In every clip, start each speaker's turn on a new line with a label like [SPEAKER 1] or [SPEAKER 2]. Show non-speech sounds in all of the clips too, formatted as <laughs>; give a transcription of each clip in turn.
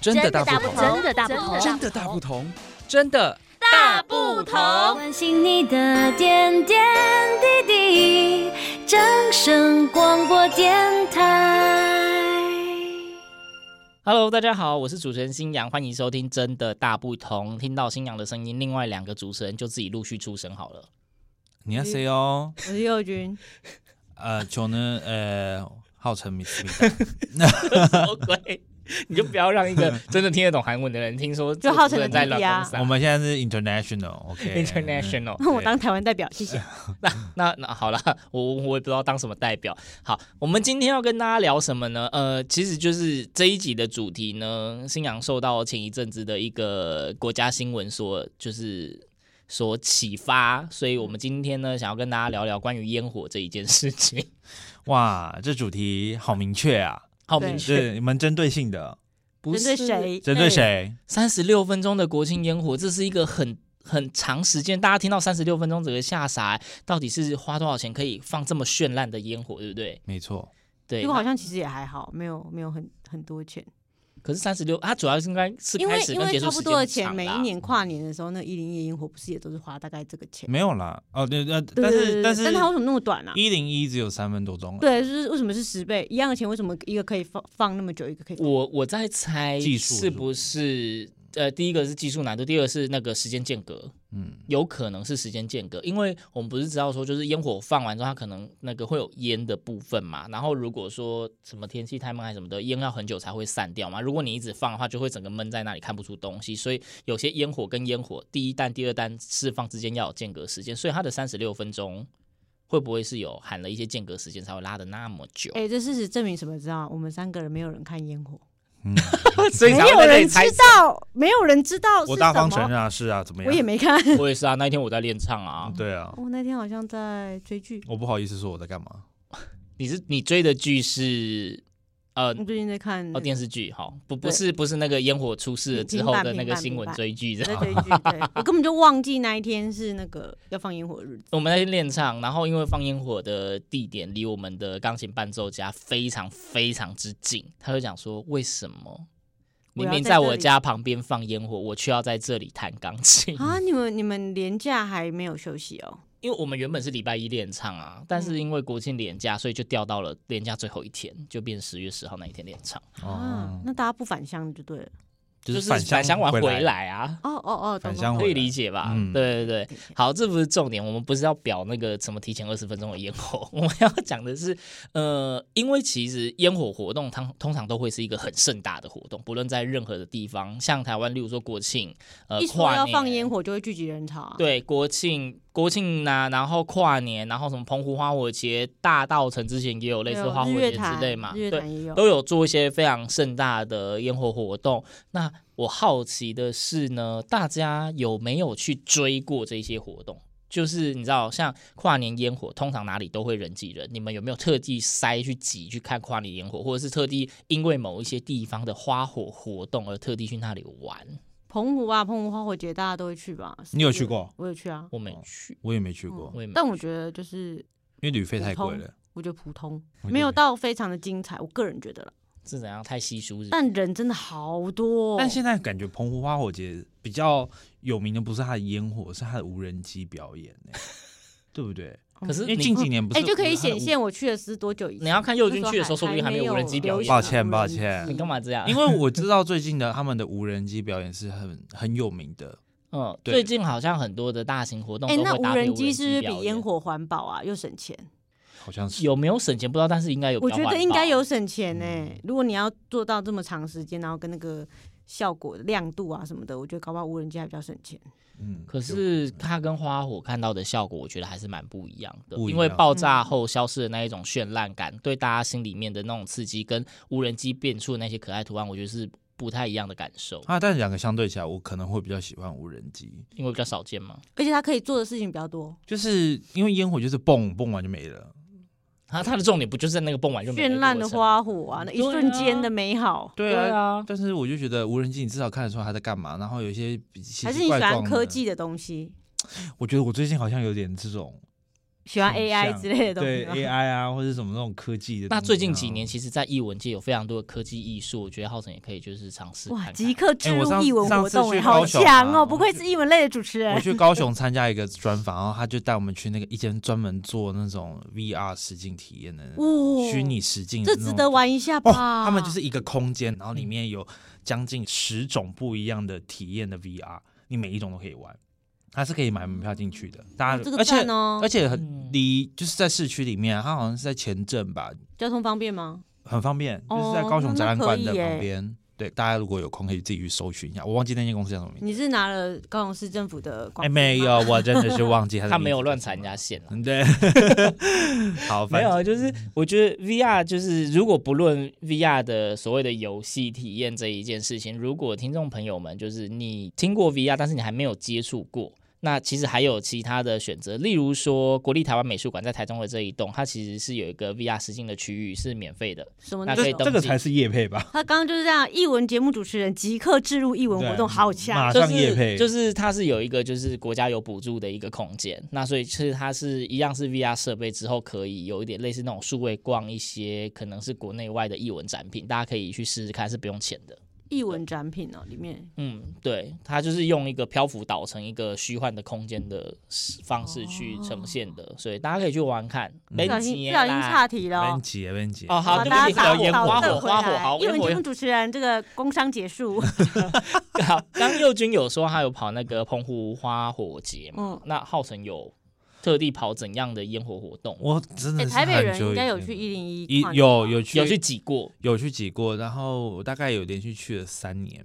[SPEAKER 1] 真的大不
[SPEAKER 2] 不
[SPEAKER 1] 同，
[SPEAKER 2] 同
[SPEAKER 3] 真的大不同，
[SPEAKER 1] 真的大不同，真的
[SPEAKER 3] 大不同。
[SPEAKER 2] 关心你的点点滴滴，掌声广播电台。
[SPEAKER 4] Hello，大家好，我是主持人新阳，欢迎收听《真的大不同》。听到新阳的声音，另外两个主持人就自己陆续出声好了。
[SPEAKER 5] 你要 say 哦，
[SPEAKER 3] 我是佑君，
[SPEAKER 5] 呃，就呢，呃，号称米斯米
[SPEAKER 4] 什么鬼？你就不要让一个真的听得懂韩文的人听说这个主持人在乱风
[SPEAKER 5] 达，我们现在是 international，OK，
[SPEAKER 4] international。
[SPEAKER 3] 那 <laughs> 我当台湾代表，谢谢。
[SPEAKER 4] <laughs> 那那好了，我我我也不知道当什么代表。好，我们今天要跟大家聊什么呢？呃，其实就是这一集的主题呢，新阳受到前一阵子的一个国家新闻所就是所启发，所以我们今天呢，想要跟大家聊聊关于烟火这一件事情。
[SPEAKER 5] 嗯哇，这主题好明确啊，
[SPEAKER 4] 好明确，
[SPEAKER 5] 是你们针对性的，
[SPEAKER 4] 不
[SPEAKER 3] 针对
[SPEAKER 4] 是
[SPEAKER 3] 谁？
[SPEAKER 5] 针对？谁？
[SPEAKER 4] 三十六分钟的国庆烟火，这是一个很。很长时间，大家听到三十六分钟整个吓傻、到底是花多少钱可以放这么绚烂的烟火，对不对？
[SPEAKER 5] 没错，
[SPEAKER 4] 对，
[SPEAKER 3] 因为好像其实也还好，没有没有很很多钱，
[SPEAKER 4] 可是三十六，它主要是应该是
[SPEAKER 3] 因为
[SPEAKER 4] 开始
[SPEAKER 3] 因
[SPEAKER 4] 跟
[SPEAKER 3] 为
[SPEAKER 4] 结
[SPEAKER 3] 差
[SPEAKER 4] 束
[SPEAKER 3] 不
[SPEAKER 4] 时
[SPEAKER 3] 多的
[SPEAKER 4] 间
[SPEAKER 3] 钱，
[SPEAKER 4] 很长啦
[SPEAKER 3] 每一年跨年的时候，那一零夜烟火不是也都是花大概这个钱？
[SPEAKER 5] 没有啦，哦，对，呃，
[SPEAKER 3] 对
[SPEAKER 5] 但
[SPEAKER 3] 对对
[SPEAKER 5] 是
[SPEAKER 3] 对
[SPEAKER 5] 但
[SPEAKER 3] 但它
[SPEAKER 5] 是
[SPEAKER 3] 为什么那么短啊？
[SPEAKER 5] 一零一只有三分多钟，啊
[SPEAKER 3] 对，就是为什么是十倍一样的钱，为什么一个可以放放那么久，一个可以放？
[SPEAKER 4] 我我在猜
[SPEAKER 5] 技术
[SPEAKER 4] 是不是呃，第一个是技术难度，第二个是那个时间间隔，
[SPEAKER 5] 嗯，
[SPEAKER 4] 有可能是时间间隔，因为我们不是知道说就是烟火放完之后，它可能那个会有烟的部分嘛，然后如果说什么天气太闷还是什么的，烟要很久才会散掉嘛，如果你一直放的话，就会整个闷在那里看不出东西，所以有些烟火跟烟火第一弹、第二弹释放之间要有间隔时间，所以它的三十六分钟。会不会是有含了一些间隔时间才会拉的那么久？
[SPEAKER 3] 哎、这事实证明什么？知道吗？我们三个人没有人看烟火，
[SPEAKER 5] 嗯
[SPEAKER 3] <laughs>
[SPEAKER 4] 所以
[SPEAKER 3] 没
[SPEAKER 4] 才会
[SPEAKER 3] 有
[SPEAKER 4] 在这里
[SPEAKER 3] 人知
[SPEAKER 4] 猜
[SPEAKER 3] 道，没有人知道是
[SPEAKER 5] 我
[SPEAKER 3] 什
[SPEAKER 5] 大
[SPEAKER 3] 么
[SPEAKER 5] 方承认啊，是啊，怎么样？
[SPEAKER 3] 我也没看。 <laughs>
[SPEAKER 4] 我也是啊，那一天我在练唱啊。
[SPEAKER 5] 对啊，
[SPEAKER 3] 我那天好像在追剧，
[SPEAKER 5] 我不好意思说我在干嘛，
[SPEAKER 4] 你是你追的剧是呃
[SPEAKER 3] 我最近在看、那
[SPEAKER 4] 哦
[SPEAKER 3] 个
[SPEAKER 4] 电视剧，好不
[SPEAKER 3] 嗯
[SPEAKER 4] 不
[SPEAKER 3] 对
[SPEAKER 4] 是不是那个烟火出事了之后的那个新闻追剧
[SPEAKER 3] 我
[SPEAKER 4] 的。
[SPEAKER 3] 在追剧，对我根本就忘记那一天是那个要放烟火的日子。
[SPEAKER 4] 我们那天练唱，然后因为放烟火的地点离我们的钢琴伴奏家非常非常之近，他就讲说为什么
[SPEAKER 3] 我要
[SPEAKER 4] 明明
[SPEAKER 3] 在
[SPEAKER 4] 在
[SPEAKER 3] 这
[SPEAKER 4] 我
[SPEAKER 3] 里
[SPEAKER 4] 家旁边放烟火，我却要在这里弹钢
[SPEAKER 3] <laughs>
[SPEAKER 4] 琴？
[SPEAKER 3] 啊！你们你们连假还没有休息哦？
[SPEAKER 4] 因为我们原本是礼拜一练唱啊，但是因为国庆连假，所以就调到了连假最后一天，就变十月十号那一天练唱。
[SPEAKER 3] 啊
[SPEAKER 5] 哦，，
[SPEAKER 3] 那大家不返乡就对了。
[SPEAKER 4] 就是
[SPEAKER 5] 是返
[SPEAKER 4] 返乡完回，来啊，
[SPEAKER 3] 哦哦哦，懂
[SPEAKER 5] 返
[SPEAKER 3] 懂
[SPEAKER 5] 乡
[SPEAKER 3] 懂
[SPEAKER 4] 可
[SPEAKER 5] 回
[SPEAKER 4] 以
[SPEAKER 5] 来
[SPEAKER 4] 理解吧？
[SPEAKER 5] 嗯
[SPEAKER 4] 对对对，好，这不是重点，我们不是要表那个什么提前二十分钟的烟火， <laughs> 我们要讲的是，呃，因为其实烟火活动它通常都会是一个很盛大的活动，不论在任何的地方，像台湾，例如说国庆，呃，
[SPEAKER 3] 一说
[SPEAKER 4] 跨
[SPEAKER 3] 要
[SPEAKER 4] 年
[SPEAKER 3] 放烟。火就会聚集人潮啊。，
[SPEAKER 4] 对，国庆、国庆呐、然后跨年，然后什么澎湖花火节、大稻城之前也有类似花
[SPEAKER 3] 哦啊
[SPEAKER 4] 火
[SPEAKER 3] 日
[SPEAKER 4] 节
[SPEAKER 3] 月
[SPEAKER 4] 之
[SPEAKER 3] 潭
[SPEAKER 4] 类嘛，
[SPEAKER 3] 日月
[SPEAKER 4] 对
[SPEAKER 3] 潭也有。
[SPEAKER 4] 都有做一些非常盛大的烟火活动。那我好奇的是呢，大家有没有去追过这些活动？就是你知道，像跨年烟火，通常哪里都会人挤人。你们有没有特地塞去挤去看跨年烟火，或者是特地因为某一些地方的花火活动而特地去那里玩？
[SPEAKER 3] 澎湖啊，澎湖花火节大家都会去吧？
[SPEAKER 5] 你有去过？
[SPEAKER 3] 我有去啊，
[SPEAKER 4] 我没
[SPEAKER 5] 哦
[SPEAKER 4] 去，
[SPEAKER 5] 我也没去过，
[SPEAKER 4] 我也没。
[SPEAKER 3] 但我觉得就是
[SPEAKER 5] 因为旅费太贵
[SPEAKER 3] 嗯普哦
[SPEAKER 5] 了，
[SPEAKER 3] 我觉得普通，
[SPEAKER 5] 觉得
[SPEAKER 3] 没有到非常的精彩，我个人觉得啦。
[SPEAKER 4] 是怎样太稀疏是不是？
[SPEAKER 3] 但人真的好多哦、
[SPEAKER 5] 但现在感觉澎湖花火节比较有名的不是它的烟火，是它的无人机表演、
[SPEAKER 3] <laughs>
[SPEAKER 5] 欸，对不对？
[SPEAKER 4] 可是
[SPEAKER 5] 因为
[SPEAKER 4] 你
[SPEAKER 5] 近几年不是
[SPEAKER 3] 哎、就可以
[SPEAKER 5] 它的
[SPEAKER 3] 显现我去的是多久以
[SPEAKER 4] 你
[SPEAKER 3] 前。
[SPEAKER 4] 要看佑君去的时候，说不定还没有无人机表
[SPEAKER 5] 无。
[SPEAKER 4] 演。啊
[SPEAKER 5] 抱
[SPEAKER 3] 啊
[SPEAKER 5] 歉抱歉
[SPEAKER 4] 你，干嘛这样？
[SPEAKER 5] 因为我知道最近的他们的无人机表演是很很有名的，
[SPEAKER 4] 嗯，
[SPEAKER 5] 对
[SPEAKER 4] 最近好像很多的大型活动
[SPEAKER 3] 哎、
[SPEAKER 4] 都会
[SPEAKER 3] 那
[SPEAKER 4] 搭
[SPEAKER 3] 无
[SPEAKER 4] 配
[SPEAKER 3] 人机是不是
[SPEAKER 4] 表
[SPEAKER 3] 比
[SPEAKER 4] 演
[SPEAKER 3] 烟火环保啊，又省钱。
[SPEAKER 5] 好像是
[SPEAKER 4] 有没有省钱不知道，但是应该有比
[SPEAKER 3] 我
[SPEAKER 4] 较
[SPEAKER 3] 觉
[SPEAKER 4] 环
[SPEAKER 3] 得
[SPEAKER 4] 保
[SPEAKER 3] 应该有省钱呢、欸如果你要做到这么长时间，然后跟那个效果亮度啊什么的，我觉得搞不好无人机还比较省钱。
[SPEAKER 5] 嗯，
[SPEAKER 4] 可是它跟花火看到的效果，我觉得还是蛮不一样的。
[SPEAKER 5] 不一样
[SPEAKER 4] 因为爆炸后消失的那一种绚烂感，对大家心里面的那种刺激，跟无人机变出的那些可爱图案，我觉得是不太一样的感受，
[SPEAKER 5] 啊，但是两个相对起来，我可能会比较喜欢无人机，
[SPEAKER 4] 因为比较少见嘛。
[SPEAKER 3] 而且它可以做的事情比较多，
[SPEAKER 5] 就是因为烟火就是蹦蹦完就没了，
[SPEAKER 4] 它它的重点不就是在那个蹦完就没
[SPEAKER 3] 绚烂的
[SPEAKER 4] 过程吗？
[SPEAKER 3] 花火啊，那一瞬间的美好。
[SPEAKER 5] 对
[SPEAKER 4] 对啊，
[SPEAKER 5] 但是我就觉得无人机你至少看得出来它在干嘛，然后有一些比奇
[SPEAKER 3] 还是
[SPEAKER 5] 奇
[SPEAKER 3] 你喜
[SPEAKER 5] 怪状
[SPEAKER 3] 欢
[SPEAKER 5] 的
[SPEAKER 3] 科技的东西？
[SPEAKER 5] 我觉得我最近好像有点这种
[SPEAKER 3] 喜欢
[SPEAKER 5] 倾
[SPEAKER 3] AI
[SPEAKER 5] 向
[SPEAKER 3] 之类的东西
[SPEAKER 5] 对
[SPEAKER 3] 吗。
[SPEAKER 5] AI 啊，或者什么那种科技的东西啊。
[SPEAKER 4] 那最近几年，其实，在艺文界有非常多的科技艺术，我觉得浩辰也可以就是尝试看
[SPEAKER 3] 哇，
[SPEAKER 4] 看
[SPEAKER 3] 即刻置
[SPEAKER 5] 我
[SPEAKER 3] 入
[SPEAKER 5] 上
[SPEAKER 3] 译文
[SPEAKER 5] 上
[SPEAKER 3] 活
[SPEAKER 5] 次
[SPEAKER 3] 动，
[SPEAKER 5] 去
[SPEAKER 3] 哎，好
[SPEAKER 5] 高雄
[SPEAKER 3] 强
[SPEAKER 5] 啊
[SPEAKER 3] 哦！不愧是译文类的主持
[SPEAKER 5] 我
[SPEAKER 3] 人。
[SPEAKER 5] 去高雄参加一个专访，然后他就带我们去那个一间专门做那种 VR 实境体验的
[SPEAKER 3] 哇
[SPEAKER 5] 虚拟实境的嗯
[SPEAKER 3] 这
[SPEAKER 5] 那种，
[SPEAKER 3] 值得嗯玩一下吧？
[SPEAKER 5] 哦。他们就是一个空间，然后里面有将近十种不一样的体验的 VR，你每一种都可以玩。它是可以买门票进去的，大家、
[SPEAKER 3] 这个
[SPEAKER 5] 而且
[SPEAKER 3] 赞哦
[SPEAKER 5] 而且
[SPEAKER 4] 嗯
[SPEAKER 5] 很离就是在市区里面，它好像是在前镇吧，
[SPEAKER 3] 交通方便吗？
[SPEAKER 5] 很方便，就是在
[SPEAKER 3] 哦
[SPEAKER 5] 高雄展览馆的
[SPEAKER 3] 那可以耶
[SPEAKER 5] 旁边。对，大家如果有空可以自己去搜寻一下，我忘记那间公司叫什么名字。
[SPEAKER 3] 你是拿了高雄市政府的
[SPEAKER 5] 哎、
[SPEAKER 3] 广告吗
[SPEAKER 5] 没有，我真的是忘记它的
[SPEAKER 4] <laughs> 他
[SPEAKER 5] 名
[SPEAKER 4] 没有
[SPEAKER 5] 字
[SPEAKER 4] 乱
[SPEAKER 5] 叫
[SPEAKER 4] 踩
[SPEAKER 5] 什
[SPEAKER 4] 人
[SPEAKER 5] 么
[SPEAKER 4] 家线了。
[SPEAKER 5] 嗯，对， <laughs> 好，
[SPEAKER 4] 没
[SPEAKER 5] 反正
[SPEAKER 4] 有，啊就是我觉得 VR 就是如果不论 VR 的所谓的游戏体验这一件事情，如果听众朋友们就是你听过 VR，但是你还没有接触过。那其实还有其他的选择，例如说国立台湾美术馆在台中的这一栋，它其实是有一个 VR 实境的区域是免费的，
[SPEAKER 3] 什么
[SPEAKER 4] 那
[SPEAKER 3] 那
[SPEAKER 4] 可以
[SPEAKER 3] 个
[SPEAKER 4] 登
[SPEAKER 5] 这个
[SPEAKER 4] 记
[SPEAKER 5] 才是叶配吧？
[SPEAKER 3] 他刚刚就是这样，译文节目主持人即刻置入译文活动，
[SPEAKER 5] 对
[SPEAKER 3] 好
[SPEAKER 5] 马
[SPEAKER 3] 强！
[SPEAKER 4] 就
[SPEAKER 5] 上业配
[SPEAKER 4] 是就是它是有一个就是国家有补助的一个空间，那所以其实它是一样是 VR 设备之后可以有一点类似那种数位逛一些可能是国内外的艺文展品，大家可以去试试看，是不用钱的。
[SPEAKER 3] 译文展品哦，里面
[SPEAKER 4] 嗯，对，它就是用一个漂浮岛成一个虚幻的空间的方式去呈现的，所以大家可以去玩看。
[SPEAKER 3] 不
[SPEAKER 4] 没
[SPEAKER 3] 小心
[SPEAKER 4] 钱
[SPEAKER 3] 不小心
[SPEAKER 4] 啦
[SPEAKER 3] 岔题了
[SPEAKER 5] 温
[SPEAKER 3] 哦。
[SPEAKER 5] 姐，温姐，
[SPEAKER 4] 哦，好，
[SPEAKER 3] 把
[SPEAKER 4] 对
[SPEAKER 3] 大
[SPEAKER 4] 不
[SPEAKER 3] 家
[SPEAKER 4] 起，
[SPEAKER 3] 打
[SPEAKER 4] 花
[SPEAKER 3] 火
[SPEAKER 4] 火，
[SPEAKER 3] 倒回
[SPEAKER 4] 花火，花火，好，
[SPEAKER 3] 来。译
[SPEAKER 4] 烟
[SPEAKER 3] 文
[SPEAKER 4] 火
[SPEAKER 3] 节目主持人这个工商结束，
[SPEAKER 4] 好，刚佑君有说他有跑那个澎湖花火节嘛
[SPEAKER 3] 嗯，
[SPEAKER 4] 那浩辰有特地跑怎样的烟火活动？
[SPEAKER 5] 我真的
[SPEAKER 3] 哎
[SPEAKER 5] 是
[SPEAKER 3] 台北
[SPEAKER 5] 很
[SPEAKER 3] 人
[SPEAKER 5] 久
[SPEAKER 3] 应
[SPEAKER 5] 以
[SPEAKER 3] 该有
[SPEAKER 5] 前
[SPEAKER 3] 去一零一，
[SPEAKER 5] 一有有去
[SPEAKER 4] 有去挤过，
[SPEAKER 5] 有去挤过，然后我大概有连续去了三年，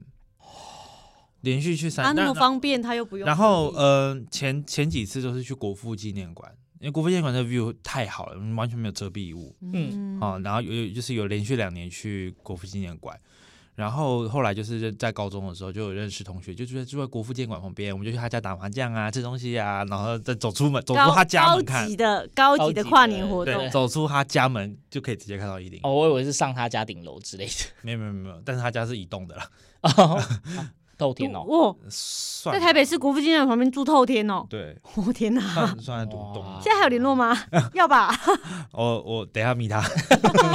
[SPEAKER 5] 连续去
[SPEAKER 3] 他
[SPEAKER 5] 三，
[SPEAKER 3] 啊那么
[SPEAKER 5] 那
[SPEAKER 3] 方便，他又不用。
[SPEAKER 5] 然后呃，前前几次都是去国父纪念馆，因为国父纪念馆的 view 太好了，完全没有遮蔽物
[SPEAKER 3] 嗯，
[SPEAKER 4] 嗯
[SPEAKER 5] 啊。然后有有就是有连续两年去国父纪念馆。然后后来就是在高中的时候就有认识同学，就住在住在国父纪念馆旁边，我们就去他家打麻将啊、吃东西啊，然后再走出门，走出
[SPEAKER 3] 高
[SPEAKER 5] 他家
[SPEAKER 3] 高
[SPEAKER 5] 门看
[SPEAKER 3] 级，的高
[SPEAKER 4] 高
[SPEAKER 3] 级的
[SPEAKER 4] 级
[SPEAKER 3] 跨
[SPEAKER 4] 的
[SPEAKER 3] 年活
[SPEAKER 4] 对
[SPEAKER 3] 动
[SPEAKER 5] 对，，走出他家门就可以直接看到一零。
[SPEAKER 4] 哦，我以为是上他家顶楼之类的。
[SPEAKER 5] 没有没有没有，但是他家是移动的啦，
[SPEAKER 4] 哦透天哦，
[SPEAKER 3] 哇，
[SPEAKER 5] 算
[SPEAKER 3] 在台北市国父纪念馆旁边住透天 <laughs> 哦，
[SPEAKER 5] 对，
[SPEAKER 3] 我
[SPEAKER 4] <laughs>
[SPEAKER 3] 天哪！
[SPEAKER 5] 算算在独栋
[SPEAKER 4] 哇。
[SPEAKER 3] 现在还有联络
[SPEAKER 4] <laughs>
[SPEAKER 3] 吗？要吧，
[SPEAKER 5] 我哦我等一下密他。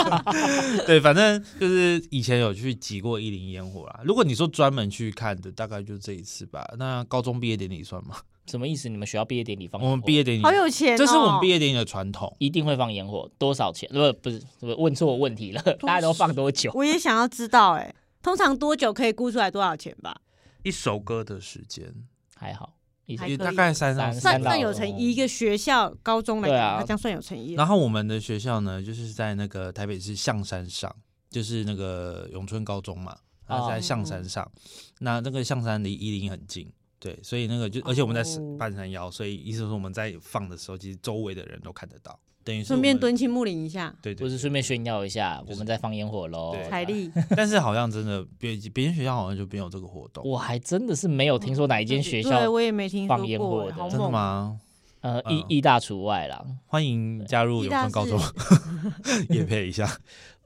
[SPEAKER 5] <laughs> 对，反正就是以前有去挤过一零烟火啦。如果你说专门去看的，大概就这一次吧。那高中毕业典礼算吗？
[SPEAKER 4] 什么意思？你们学校毕业典礼放
[SPEAKER 5] 我们毕
[SPEAKER 4] 业
[SPEAKER 5] 业典礼
[SPEAKER 3] 好，有钱哦。
[SPEAKER 5] 这是我们毕业典礼的传统。
[SPEAKER 4] 一定会放烟火，多少钱？不不是，不是问错问题了，大家都放多久？
[SPEAKER 3] 我也想要知道，哎，通常多久可以估出来多少钱吧？
[SPEAKER 5] 一首歌的时间
[SPEAKER 4] 还好，一
[SPEAKER 3] 还
[SPEAKER 5] 也
[SPEAKER 3] 可
[SPEAKER 5] 大
[SPEAKER 3] 以
[SPEAKER 5] 概三上
[SPEAKER 4] 三
[SPEAKER 3] 算
[SPEAKER 4] 到
[SPEAKER 3] 算有
[SPEAKER 4] 成
[SPEAKER 3] 成一个学校高中来
[SPEAKER 4] 对啊
[SPEAKER 3] 讲，它这样算有诚意。
[SPEAKER 5] 然后我们的学校呢，就是在那个台北市象山上，就是那个永春高中嘛，它是在象山上。那那个象山离一零很近，对，所以那个就而且我们在山
[SPEAKER 3] 哦
[SPEAKER 5] 半山腰，所以意思说我们在放的时候，其实周围的人都看得到，等于是
[SPEAKER 3] 顺
[SPEAKER 5] 我
[SPEAKER 3] 便
[SPEAKER 5] 们
[SPEAKER 3] 蹲亲睦邻一下，
[SPEAKER 5] 对
[SPEAKER 4] 就
[SPEAKER 5] 对
[SPEAKER 4] 是
[SPEAKER 5] 对。<laughs>
[SPEAKER 4] 顺便炫耀一下，
[SPEAKER 5] 是
[SPEAKER 4] 我们在放烟火喽。
[SPEAKER 5] 对
[SPEAKER 3] 财力
[SPEAKER 5] 但是好像真的别别人学校好像就没有这个活动，
[SPEAKER 4] 我还真的是没有听说
[SPEAKER 3] <laughs>
[SPEAKER 4] 哪一间学校
[SPEAKER 3] 嗯对，我也没听
[SPEAKER 4] 放
[SPEAKER 3] 说
[SPEAKER 4] 烟
[SPEAKER 3] 过，哎
[SPEAKER 4] 火的
[SPEAKER 3] 好
[SPEAKER 5] 真的
[SPEAKER 3] 猛！
[SPEAKER 5] 吗？
[SPEAKER 4] 呃，
[SPEAKER 5] 嗯
[SPEAKER 4] 艺艺大除外啦。
[SPEAKER 5] 欢迎加入
[SPEAKER 3] 义
[SPEAKER 5] 永
[SPEAKER 3] 大
[SPEAKER 5] 春高 <laughs>
[SPEAKER 3] 是
[SPEAKER 5] 中，也配一下。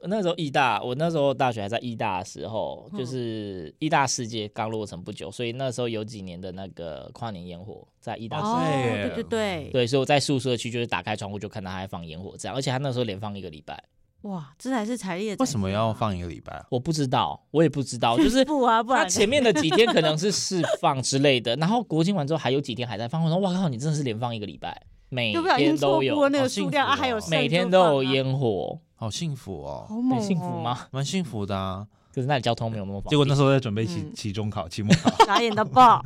[SPEAKER 4] 那时候艺大，我那时候大学还在艺大的时候，
[SPEAKER 3] 嗯
[SPEAKER 4] 就是艺大世界刚落成不久，所以那时候有几年的那个跨年烟火在艺大世界。
[SPEAKER 3] 哦，
[SPEAKER 5] 对
[SPEAKER 3] 对对对，
[SPEAKER 4] 对，所以我在宿舍区就是打开窗户就看到他在放烟火，这样，而且他那时候连放一个礼拜，
[SPEAKER 3] 哇，这才是财力的展现啊。
[SPEAKER 5] 为什么要放一个礼拜啊？
[SPEAKER 4] 我不知道，我也不知道，哦就
[SPEAKER 3] <laughs>
[SPEAKER 4] 是
[SPEAKER 3] 不啊？不
[SPEAKER 4] 他
[SPEAKER 3] 然
[SPEAKER 4] 前面的几天可能是释放之类的，然后国庆完之后还有几天还在放，我说哇靠，你真的是连放一个礼拜，每
[SPEAKER 3] 就不小心
[SPEAKER 4] 天
[SPEAKER 3] 错
[SPEAKER 4] 都
[SPEAKER 3] 过
[SPEAKER 4] 有，
[SPEAKER 3] 那
[SPEAKER 5] 好
[SPEAKER 3] 个
[SPEAKER 5] 幸
[SPEAKER 3] 数量
[SPEAKER 5] 福
[SPEAKER 3] 啊，还有
[SPEAKER 5] 哦
[SPEAKER 3] 剩
[SPEAKER 4] 每天
[SPEAKER 3] 就
[SPEAKER 4] 都
[SPEAKER 3] 放
[SPEAKER 4] 有
[SPEAKER 3] 啊，
[SPEAKER 4] 烟火，
[SPEAKER 5] 好幸福哦，
[SPEAKER 3] 好猛，
[SPEAKER 4] 很幸福？吗？
[SPEAKER 5] 蛮幸福的啊。
[SPEAKER 4] 可是那里交通没有那么
[SPEAKER 5] 结
[SPEAKER 4] 方
[SPEAKER 3] <laughs>
[SPEAKER 4] 便，
[SPEAKER 5] 果那时候在准备期
[SPEAKER 3] 嗯
[SPEAKER 5] 期中考、期末
[SPEAKER 3] <laughs>
[SPEAKER 5] 考，
[SPEAKER 3] 傻眼到爆！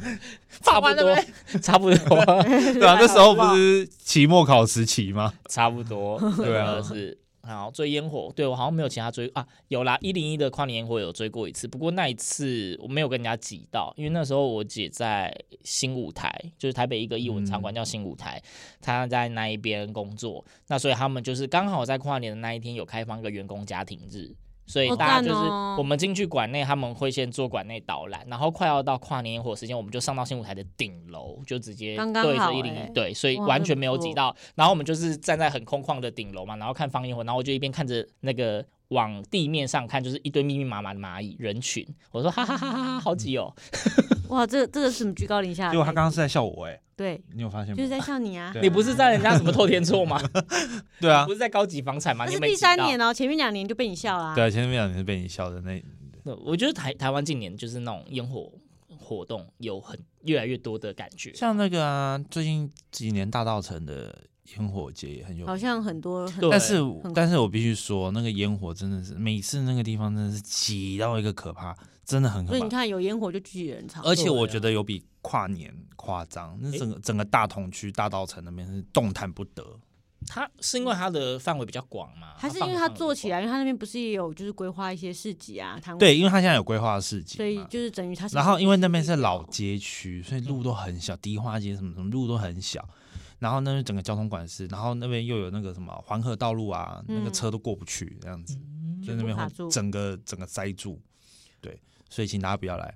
[SPEAKER 4] 差不多，差不多。
[SPEAKER 5] 对啊，那时候不是期末考时期吗？
[SPEAKER 4] 差不 <laughs> 多，
[SPEAKER 5] 对啊
[SPEAKER 4] 真的是。好追烟火，对我好像没有其他追啊，有啦，一零一的跨年烟火有追过一次，不过那一次我没有跟人家挤到，因为那时候我姐在新舞台，就是台北一个艺文场馆叫新舞台，她在那一边工作，那所以他们就是刚好在跨年的那一天有开放一个员工家庭日。所以
[SPEAKER 3] 好
[SPEAKER 4] 大家
[SPEAKER 3] 赞
[SPEAKER 4] 就是
[SPEAKER 3] 哦
[SPEAKER 4] 我们进去馆内，他们会先做馆内导览，然后快要到跨年烟火时间，我们就上到新舞台的顶楼，就直接
[SPEAKER 3] 刚刚
[SPEAKER 4] 对着
[SPEAKER 3] 好
[SPEAKER 4] 一零
[SPEAKER 3] 欸
[SPEAKER 4] 一对，所以
[SPEAKER 3] 哇
[SPEAKER 4] 完
[SPEAKER 3] 这
[SPEAKER 4] 全
[SPEAKER 3] 不
[SPEAKER 4] 没有
[SPEAKER 3] 错
[SPEAKER 4] 挤到。然后我们就是站在很空旷的顶楼嘛，然后看放烟火，然后我就一边看着那个往地面上看，就是一堆密密麻麻的蚂蚁人群。我说哈哈哈哈哈，好挤哦！
[SPEAKER 3] 哇，这这个是什么居高临下的态
[SPEAKER 5] 结
[SPEAKER 3] 度？
[SPEAKER 5] 果他刚刚是在笑我哎、
[SPEAKER 3] 对，
[SPEAKER 5] 你有发现吗？
[SPEAKER 3] 啊就是在笑你啊。
[SPEAKER 5] 嗯对
[SPEAKER 4] 你不是在人家什么透天
[SPEAKER 5] <laughs>
[SPEAKER 4] 厝吗？
[SPEAKER 5] 对啊
[SPEAKER 4] 不，是在高级房产吗？
[SPEAKER 3] 那
[SPEAKER 4] 你
[SPEAKER 3] 是
[SPEAKER 4] 没
[SPEAKER 3] 第
[SPEAKER 4] 提到
[SPEAKER 3] 三年哦，前面两年就被你笑啦。
[SPEAKER 5] 对啊，前面两年是被你笑的那，
[SPEAKER 4] 对我觉得台台湾近年就是那种烟火活动有很越来越多的感觉。
[SPEAKER 5] <laughs> 像那个啊，最近几年大稻城的烟火节也很有名，
[SPEAKER 3] 好像很多很
[SPEAKER 4] 对
[SPEAKER 5] 但是
[SPEAKER 3] 很
[SPEAKER 5] 但是我必须说，那个烟火真的是每次那个地方真的是挤到一个可怕，真的很
[SPEAKER 3] 所
[SPEAKER 5] 可
[SPEAKER 3] 以你
[SPEAKER 5] 怕。
[SPEAKER 3] 看有烟火就聚人潮，
[SPEAKER 5] 而且我
[SPEAKER 4] 对啊
[SPEAKER 5] 觉得有比跨年夸张，那整个整个大同区大稻城那边是动弹不得。
[SPEAKER 3] 哦
[SPEAKER 4] 它是因为它的范围比较广嘛，
[SPEAKER 3] 还是
[SPEAKER 4] 放
[SPEAKER 3] 因为它
[SPEAKER 4] 放得
[SPEAKER 3] 做起
[SPEAKER 4] 广
[SPEAKER 3] 来，因为它那边不是也有就是规划一些市集啊摊位，，
[SPEAKER 5] 对，因为它现在有规划市集
[SPEAKER 3] 所以
[SPEAKER 5] 嘛，
[SPEAKER 3] 就是等于它。
[SPEAKER 5] 然后因为那边是老，
[SPEAKER 3] 哦
[SPEAKER 5] 街区，所以路都很小，迪化街什么什么路都很小。然后那边整个交通管制，然后那边又有那个什么环河道路啊，那个
[SPEAKER 3] 嗯
[SPEAKER 5] 车都过不去，这样子，所以那边
[SPEAKER 3] 全部卡
[SPEAKER 5] 会
[SPEAKER 3] 住
[SPEAKER 5] 整个整个塞住。对，所以请大家不要
[SPEAKER 3] <laughs>
[SPEAKER 5] 来，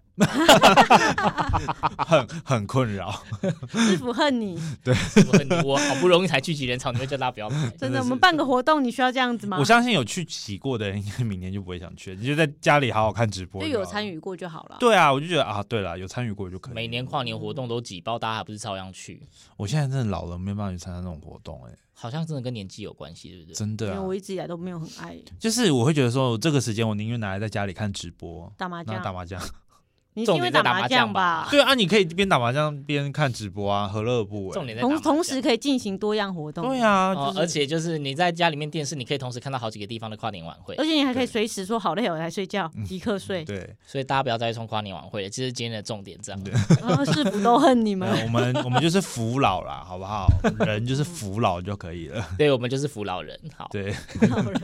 [SPEAKER 5] 很很困扰。
[SPEAKER 3] <laughs> 师傅恨
[SPEAKER 5] <laughs>
[SPEAKER 3] 你，
[SPEAKER 4] 我很我好不容易才聚集人潮，你会叫大家不要来。
[SPEAKER 3] 真
[SPEAKER 5] 的
[SPEAKER 3] 的，我
[SPEAKER 5] 是
[SPEAKER 3] 们办个活动，你需要这样子吗
[SPEAKER 5] 我？相信有去洗过的人，应该明年就不会想去，你就在家里好好看直播。
[SPEAKER 3] 就
[SPEAKER 5] 好
[SPEAKER 3] 有
[SPEAKER 5] 了
[SPEAKER 3] 参。与过就好了。
[SPEAKER 5] 对啊，我就觉得啊，对了，有参与过就可以。
[SPEAKER 4] <laughs> 每年，跨年活动都挤爆，大家还不是照样去？
[SPEAKER 5] 我现在真的老了，没办法去参加那种活动、哎，
[SPEAKER 4] 好像真的跟年纪有关系，对不对？
[SPEAKER 5] 真
[SPEAKER 3] 因
[SPEAKER 5] 的、
[SPEAKER 3] 为
[SPEAKER 5] 啊。
[SPEAKER 3] 我一直以来都没有很爱
[SPEAKER 5] 就是我会觉得说，这个时间我宁愿拿来在家里看直播，
[SPEAKER 3] 打麻
[SPEAKER 5] 那打
[SPEAKER 3] 将，
[SPEAKER 5] 麻将。
[SPEAKER 3] 你是因
[SPEAKER 4] 重
[SPEAKER 3] 为
[SPEAKER 4] 点在打麻
[SPEAKER 3] 麻
[SPEAKER 4] 将
[SPEAKER 3] 将
[SPEAKER 4] 吧？
[SPEAKER 5] 对啊，你可以边打麻将边看直播啊，何乐而不为？
[SPEAKER 4] 重点在打麻
[SPEAKER 3] 同
[SPEAKER 4] 将
[SPEAKER 3] 同时。可以进行多样活动。
[SPEAKER 5] 对啊，
[SPEAKER 4] 哦
[SPEAKER 5] 就，是
[SPEAKER 4] 而且就是你在家里面电视，你可以同时看到好几个地方的跨年晚会
[SPEAKER 3] 而，且你还可以
[SPEAKER 5] 对嗯
[SPEAKER 3] 随时说好累哦，我来睡觉，即刻睡。
[SPEAKER 5] 对，
[SPEAKER 4] 所以大家不要再冲跨年晚会了，这是今天的重点，这样。
[SPEAKER 3] <laughs> 然后师傅都恨你
[SPEAKER 5] 那
[SPEAKER 3] 们，
[SPEAKER 5] 我们我们就是服老啦，好不好？人就是服老就可以了。
[SPEAKER 4] <laughs> 对，我们就是扶老人，好，
[SPEAKER 5] 对，
[SPEAKER 3] 好
[SPEAKER 5] <laughs>
[SPEAKER 3] 了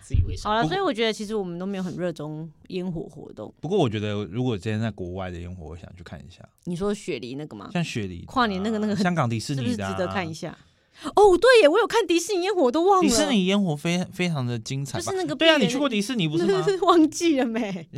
[SPEAKER 4] 自以为是
[SPEAKER 3] 好。了。所以我觉得其实我们都没有很热衷烟火活动。
[SPEAKER 5] 不过我觉得如果今天在国外的烟火，我想去看一下，
[SPEAKER 3] 你说雪梨那个吗？
[SPEAKER 5] 像雪梨的啊、
[SPEAKER 3] 跨年那个那个
[SPEAKER 5] 香港迪士
[SPEAKER 3] 是不
[SPEAKER 5] 尼
[SPEAKER 3] 是
[SPEAKER 5] 的、啊，
[SPEAKER 3] 值得看一下？哦，对耶，我有看迪士尼烟火，我都忘了。
[SPEAKER 5] 迪士尼烟火非非常的精彩吧，
[SPEAKER 3] 就是那个
[SPEAKER 5] 对啊，
[SPEAKER 3] 闭
[SPEAKER 5] 你
[SPEAKER 3] 园
[SPEAKER 5] 去过迪士尼不是吗？
[SPEAKER 3] <laughs> 忘记了没？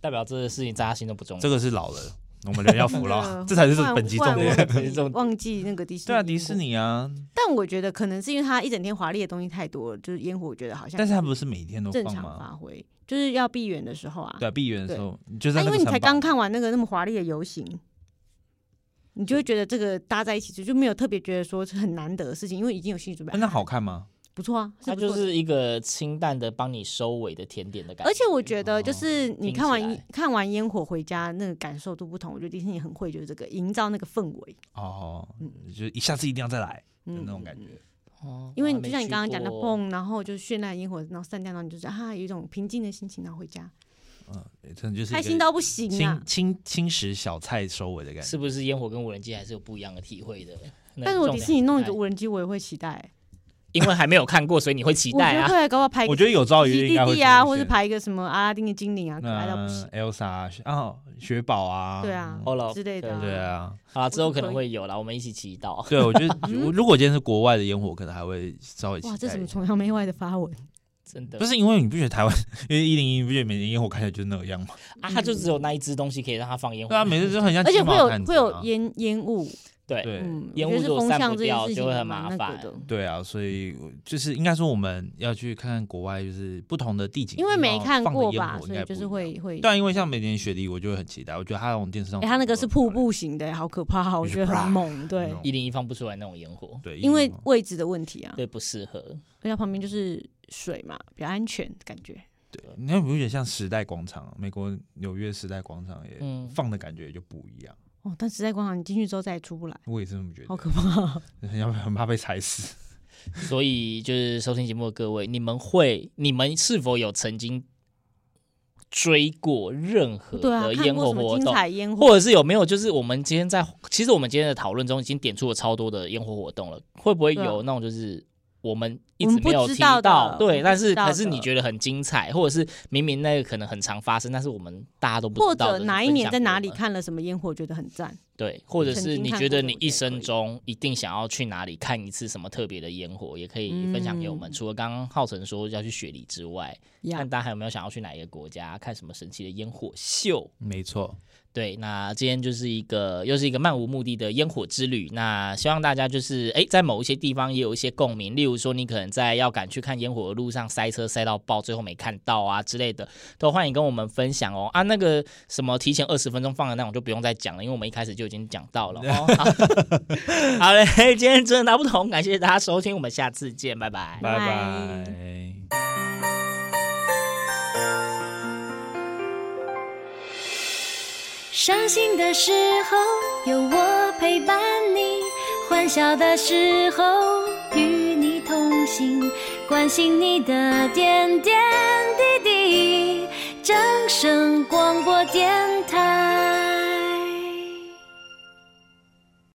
[SPEAKER 4] 代表这个事情在他心中不重要
[SPEAKER 5] 这。个是老了，我们人要服老，
[SPEAKER 3] 真的
[SPEAKER 5] 这才是
[SPEAKER 3] 不然
[SPEAKER 5] 本集
[SPEAKER 3] 不
[SPEAKER 5] 重 <laughs>
[SPEAKER 3] 然
[SPEAKER 5] 点。
[SPEAKER 3] 忘记
[SPEAKER 4] 这种
[SPEAKER 3] 忘记那个迪士尼。
[SPEAKER 5] 对啊，迪士。尼啊，
[SPEAKER 3] 但我觉得可能是因为它一整天华丽的东西太多了，就是烟火，我觉得好像
[SPEAKER 5] 但是它不是每天都
[SPEAKER 3] 正
[SPEAKER 5] 放
[SPEAKER 3] 常
[SPEAKER 5] 吗？
[SPEAKER 3] 发挥，就是要闭园的时候啊。
[SPEAKER 5] 对、啊，闭园的时
[SPEAKER 3] 对
[SPEAKER 5] 候，你就
[SPEAKER 3] 啊
[SPEAKER 5] 在那
[SPEAKER 3] 因
[SPEAKER 5] 个
[SPEAKER 3] 为你
[SPEAKER 5] 城
[SPEAKER 3] 才
[SPEAKER 5] 堡
[SPEAKER 3] 刚看完那个那么华丽的游行，你就会觉得这个搭在一起就就没有特别觉得说是很难得的事情，因为已经有心理准备。
[SPEAKER 5] 哎那好，看吗？
[SPEAKER 3] 不错啊，
[SPEAKER 4] 它
[SPEAKER 3] 不错
[SPEAKER 4] 就
[SPEAKER 3] 的
[SPEAKER 4] 是一个清淡的帮你收尾的甜点的感觉。
[SPEAKER 3] 而且我觉得，
[SPEAKER 5] 哦
[SPEAKER 3] 就是你
[SPEAKER 4] 听
[SPEAKER 3] 看
[SPEAKER 4] 起
[SPEAKER 3] 完
[SPEAKER 4] 来
[SPEAKER 3] 烟看完烟火回家，那个感受都不同。我觉得迪士尼很会，就是这个营造那个氛围，
[SPEAKER 5] 哦
[SPEAKER 3] 嗯，
[SPEAKER 5] 就一下次一定要再来的
[SPEAKER 3] 嗯，
[SPEAKER 5] 那种感觉。
[SPEAKER 4] 哦，
[SPEAKER 3] 因为
[SPEAKER 4] 我
[SPEAKER 3] 你
[SPEAKER 4] 还
[SPEAKER 3] 就
[SPEAKER 4] 没
[SPEAKER 3] 像你
[SPEAKER 4] 去
[SPEAKER 3] 刚刚讲的
[SPEAKER 4] 过
[SPEAKER 3] 蹦，然后就是绚烂烟火，然后散掉，然后你就是啊，有一种平静的心情，然后回家，
[SPEAKER 5] 嗯，真的就是一
[SPEAKER 3] 开
[SPEAKER 5] 个
[SPEAKER 3] 心到不行啊
[SPEAKER 5] 轻！轻轻食小菜收尾的感觉。
[SPEAKER 4] 是不是烟火跟无人机还是有不一样的体会的？那
[SPEAKER 3] 但是我
[SPEAKER 4] 重
[SPEAKER 3] 迪
[SPEAKER 4] 点
[SPEAKER 3] 士尼
[SPEAKER 4] 还是
[SPEAKER 3] 弄一
[SPEAKER 4] 在
[SPEAKER 3] 个无人机，我也会期待、
[SPEAKER 4] 因为还没有看过，所以你会期
[SPEAKER 3] 我觉
[SPEAKER 4] 待
[SPEAKER 3] 得
[SPEAKER 4] 啊。
[SPEAKER 3] 会来搞不好拍一
[SPEAKER 5] 我
[SPEAKER 3] 个
[SPEAKER 5] 觉得有朝一日
[SPEAKER 3] 洗
[SPEAKER 5] 应该
[SPEAKER 3] 弟
[SPEAKER 5] 会
[SPEAKER 3] 弟啊，
[SPEAKER 5] 出
[SPEAKER 3] 或是
[SPEAKER 5] 现
[SPEAKER 3] 拍一个什么阿拉丁的精灵啊，可爱到不行
[SPEAKER 5] 那。Elsa 雪哦雪宝啊，
[SPEAKER 3] 对啊
[SPEAKER 4] 好了，
[SPEAKER 3] 之类的
[SPEAKER 4] 对
[SPEAKER 5] 对啊，
[SPEAKER 4] 好啦，之后
[SPEAKER 3] 我觉
[SPEAKER 4] 可
[SPEAKER 3] 得
[SPEAKER 4] 能
[SPEAKER 3] 可
[SPEAKER 4] 会有啦，我们一起祈祷。
[SPEAKER 5] 对啊我觉得
[SPEAKER 3] <laughs>
[SPEAKER 5] 我如果今天是国外的烟火，可能还会稍微期
[SPEAKER 3] 哇，这
[SPEAKER 5] 待
[SPEAKER 3] 什
[SPEAKER 5] 一
[SPEAKER 3] 么
[SPEAKER 5] 下。
[SPEAKER 3] 崇洋媚外的发文？
[SPEAKER 4] 真的
[SPEAKER 5] 不是因为你不觉得台湾， <laughs> 因为一零一不觉得每年烟火看起来就是那个样吗？
[SPEAKER 4] 啊，它就只有那一只东西可以让它放烟火。
[SPEAKER 5] 对啊，每次就很像
[SPEAKER 3] 而且
[SPEAKER 5] 鸡毛
[SPEAKER 3] 会有
[SPEAKER 5] 掸子
[SPEAKER 3] 会有
[SPEAKER 5] 啊
[SPEAKER 3] 烟烟雾，
[SPEAKER 4] 对
[SPEAKER 5] 对
[SPEAKER 3] 嗯，
[SPEAKER 4] 烟
[SPEAKER 3] 我觉得
[SPEAKER 4] 雾如
[SPEAKER 3] 是
[SPEAKER 4] 果
[SPEAKER 3] 风
[SPEAKER 4] 散
[SPEAKER 3] 向
[SPEAKER 4] 不
[SPEAKER 3] 这件
[SPEAKER 4] 掉
[SPEAKER 3] 事
[SPEAKER 4] 就
[SPEAKER 3] 情
[SPEAKER 4] 会
[SPEAKER 3] 还
[SPEAKER 4] 很麻
[SPEAKER 3] 蛮那
[SPEAKER 4] 烦
[SPEAKER 3] 个的。
[SPEAKER 5] 对啊，所以我就是应该说我们要去看看国外，就是不同的地景，
[SPEAKER 3] 因为没看过吧，
[SPEAKER 5] 放的烟火应
[SPEAKER 3] 所
[SPEAKER 5] 该
[SPEAKER 3] 以
[SPEAKER 5] 不
[SPEAKER 3] 就
[SPEAKER 5] 一
[SPEAKER 3] 是
[SPEAKER 5] 样。
[SPEAKER 3] 会会。
[SPEAKER 5] 对啊，因为像每年雪梨，我就会很期待。我觉得它从电视上，
[SPEAKER 3] 哎，他那个是瀑，布型的，好可怕，我
[SPEAKER 5] 你
[SPEAKER 3] 觉得
[SPEAKER 5] 就啪
[SPEAKER 3] 很猛。对
[SPEAKER 5] 那，种
[SPEAKER 4] 一零一放不出来那种烟火，
[SPEAKER 5] 对，
[SPEAKER 3] 因为
[SPEAKER 5] 一定
[SPEAKER 3] 位置的问题啊，
[SPEAKER 4] 对，不适合。
[SPEAKER 3] 而且它旁边就是水嘛，比较安全感觉。
[SPEAKER 5] 对，你看，不觉得像时代广场，啊美国纽约时代广场也
[SPEAKER 4] 嗯
[SPEAKER 5] 放的感觉也就不一样。
[SPEAKER 3] 哦，但时代广场你进去之后再也出不来，
[SPEAKER 5] 我也是这么觉
[SPEAKER 3] 好
[SPEAKER 5] 得，
[SPEAKER 3] 可怕。
[SPEAKER 5] 很怕很怕被踩死。
[SPEAKER 4] 所以就是收听节目的各位，你们会，你们是否有曾经追过任何
[SPEAKER 3] 对啊，
[SPEAKER 4] 的
[SPEAKER 3] 看
[SPEAKER 4] 烟
[SPEAKER 3] 过
[SPEAKER 4] 火
[SPEAKER 3] 什么
[SPEAKER 4] 活
[SPEAKER 3] 精
[SPEAKER 4] 动？
[SPEAKER 3] 彩烟火？
[SPEAKER 4] 或者是有没有就是我们今天在，其实我们今天的讨论中已经点出了超多的烟火活动了，会不会
[SPEAKER 3] 对啊
[SPEAKER 4] 有那种就是我们一
[SPEAKER 3] 我
[SPEAKER 4] 直
[SPEAKER 3] 们不
[SPEAKER 4] 没有
[SPEAKER 3] 知
[SPEAKER 4] 提
[SPEAKER 3] 道的
[SPEAKER 4] 到，
[SPEAKER 3] 我们
[SPEAKER 4] 对，
[SPEAKER 3] 不
[SPEAKER 4] 但
[SPEAKER 3] 知
[SPEAKER 4] 是
[SPEAKER 3] 道
[SPEAKER 4] 可是
[SPEAKER 3] 的
[SPEAKER 4] 你觉得很精彩，或者是明明那个可能很常发生，但是我们大家都不
[SPEAKER 3] 或
[SPEAKER 4] 知道的
[SPEAKER 3] 者哪一年在哪里
[SPEAKER 4] 分享给我们
[SPEAKER 3] 看了什么烟火，觉得很赞？
[SPEAKER 4] 对，或者
[SPEAKER 3] 曾
[SPEAKER 4] 是
[SPEAKER 3] 经
[SPEAKER 4] 你
[SPEAKER 3] 看
[SPEAKER 4] 觉
[SPEAKER 3] 过
[SPEAKER 4] 得
[SPEAKER 3] 的
[SPEAKER 4] 你
[SPEAKER 3] 我觉
[SPEAKER 4] 一
[SPEAKER 3] 得可
[SPEAKER 4] 生
[SPEAKER 3] 以
[SPEAKER 4] 中一定想要去哪里看一次什么特别的烟火，也可以分享给我们。
[SPEAKER 3] 嗯
[SPEAKER 4] 除了刚刚浩辰说要去雪梨之外，
[SPEAKER 3] 呀
[SPEAKER 4] 看大家还有没有想要去哪一个国家看什么神奇的烟火秀？
[SPEAKER 5] 没错，
[SPEAKER 4] 对，那今天就是一个又是一个漫无目的的烟火之旅。那希望大家就是哎，在某一些地方也有一些共鸣，例如说你可能在要赶去看烟火的路上塞车塞到爆，最后没看到啊之类的，都欢迎跟我们分享哦。啊，那个什么提前二十分钟放的那种就不用再讲了，因为我们一开始就已经讲到了哦。好好 <laughs> 嘞，今天真的拿不同，感谢大家收听，我们下次见，拜拜。
[SPEAKER 5] 拜
[SPEAKER 3] 拜
[SPEAKER 5] 拜。
[SPEAKER 2] 伤心的时候有我陪伴你，欢笑的时候与你同行，关心你的点点滴滴。掌声广播电台。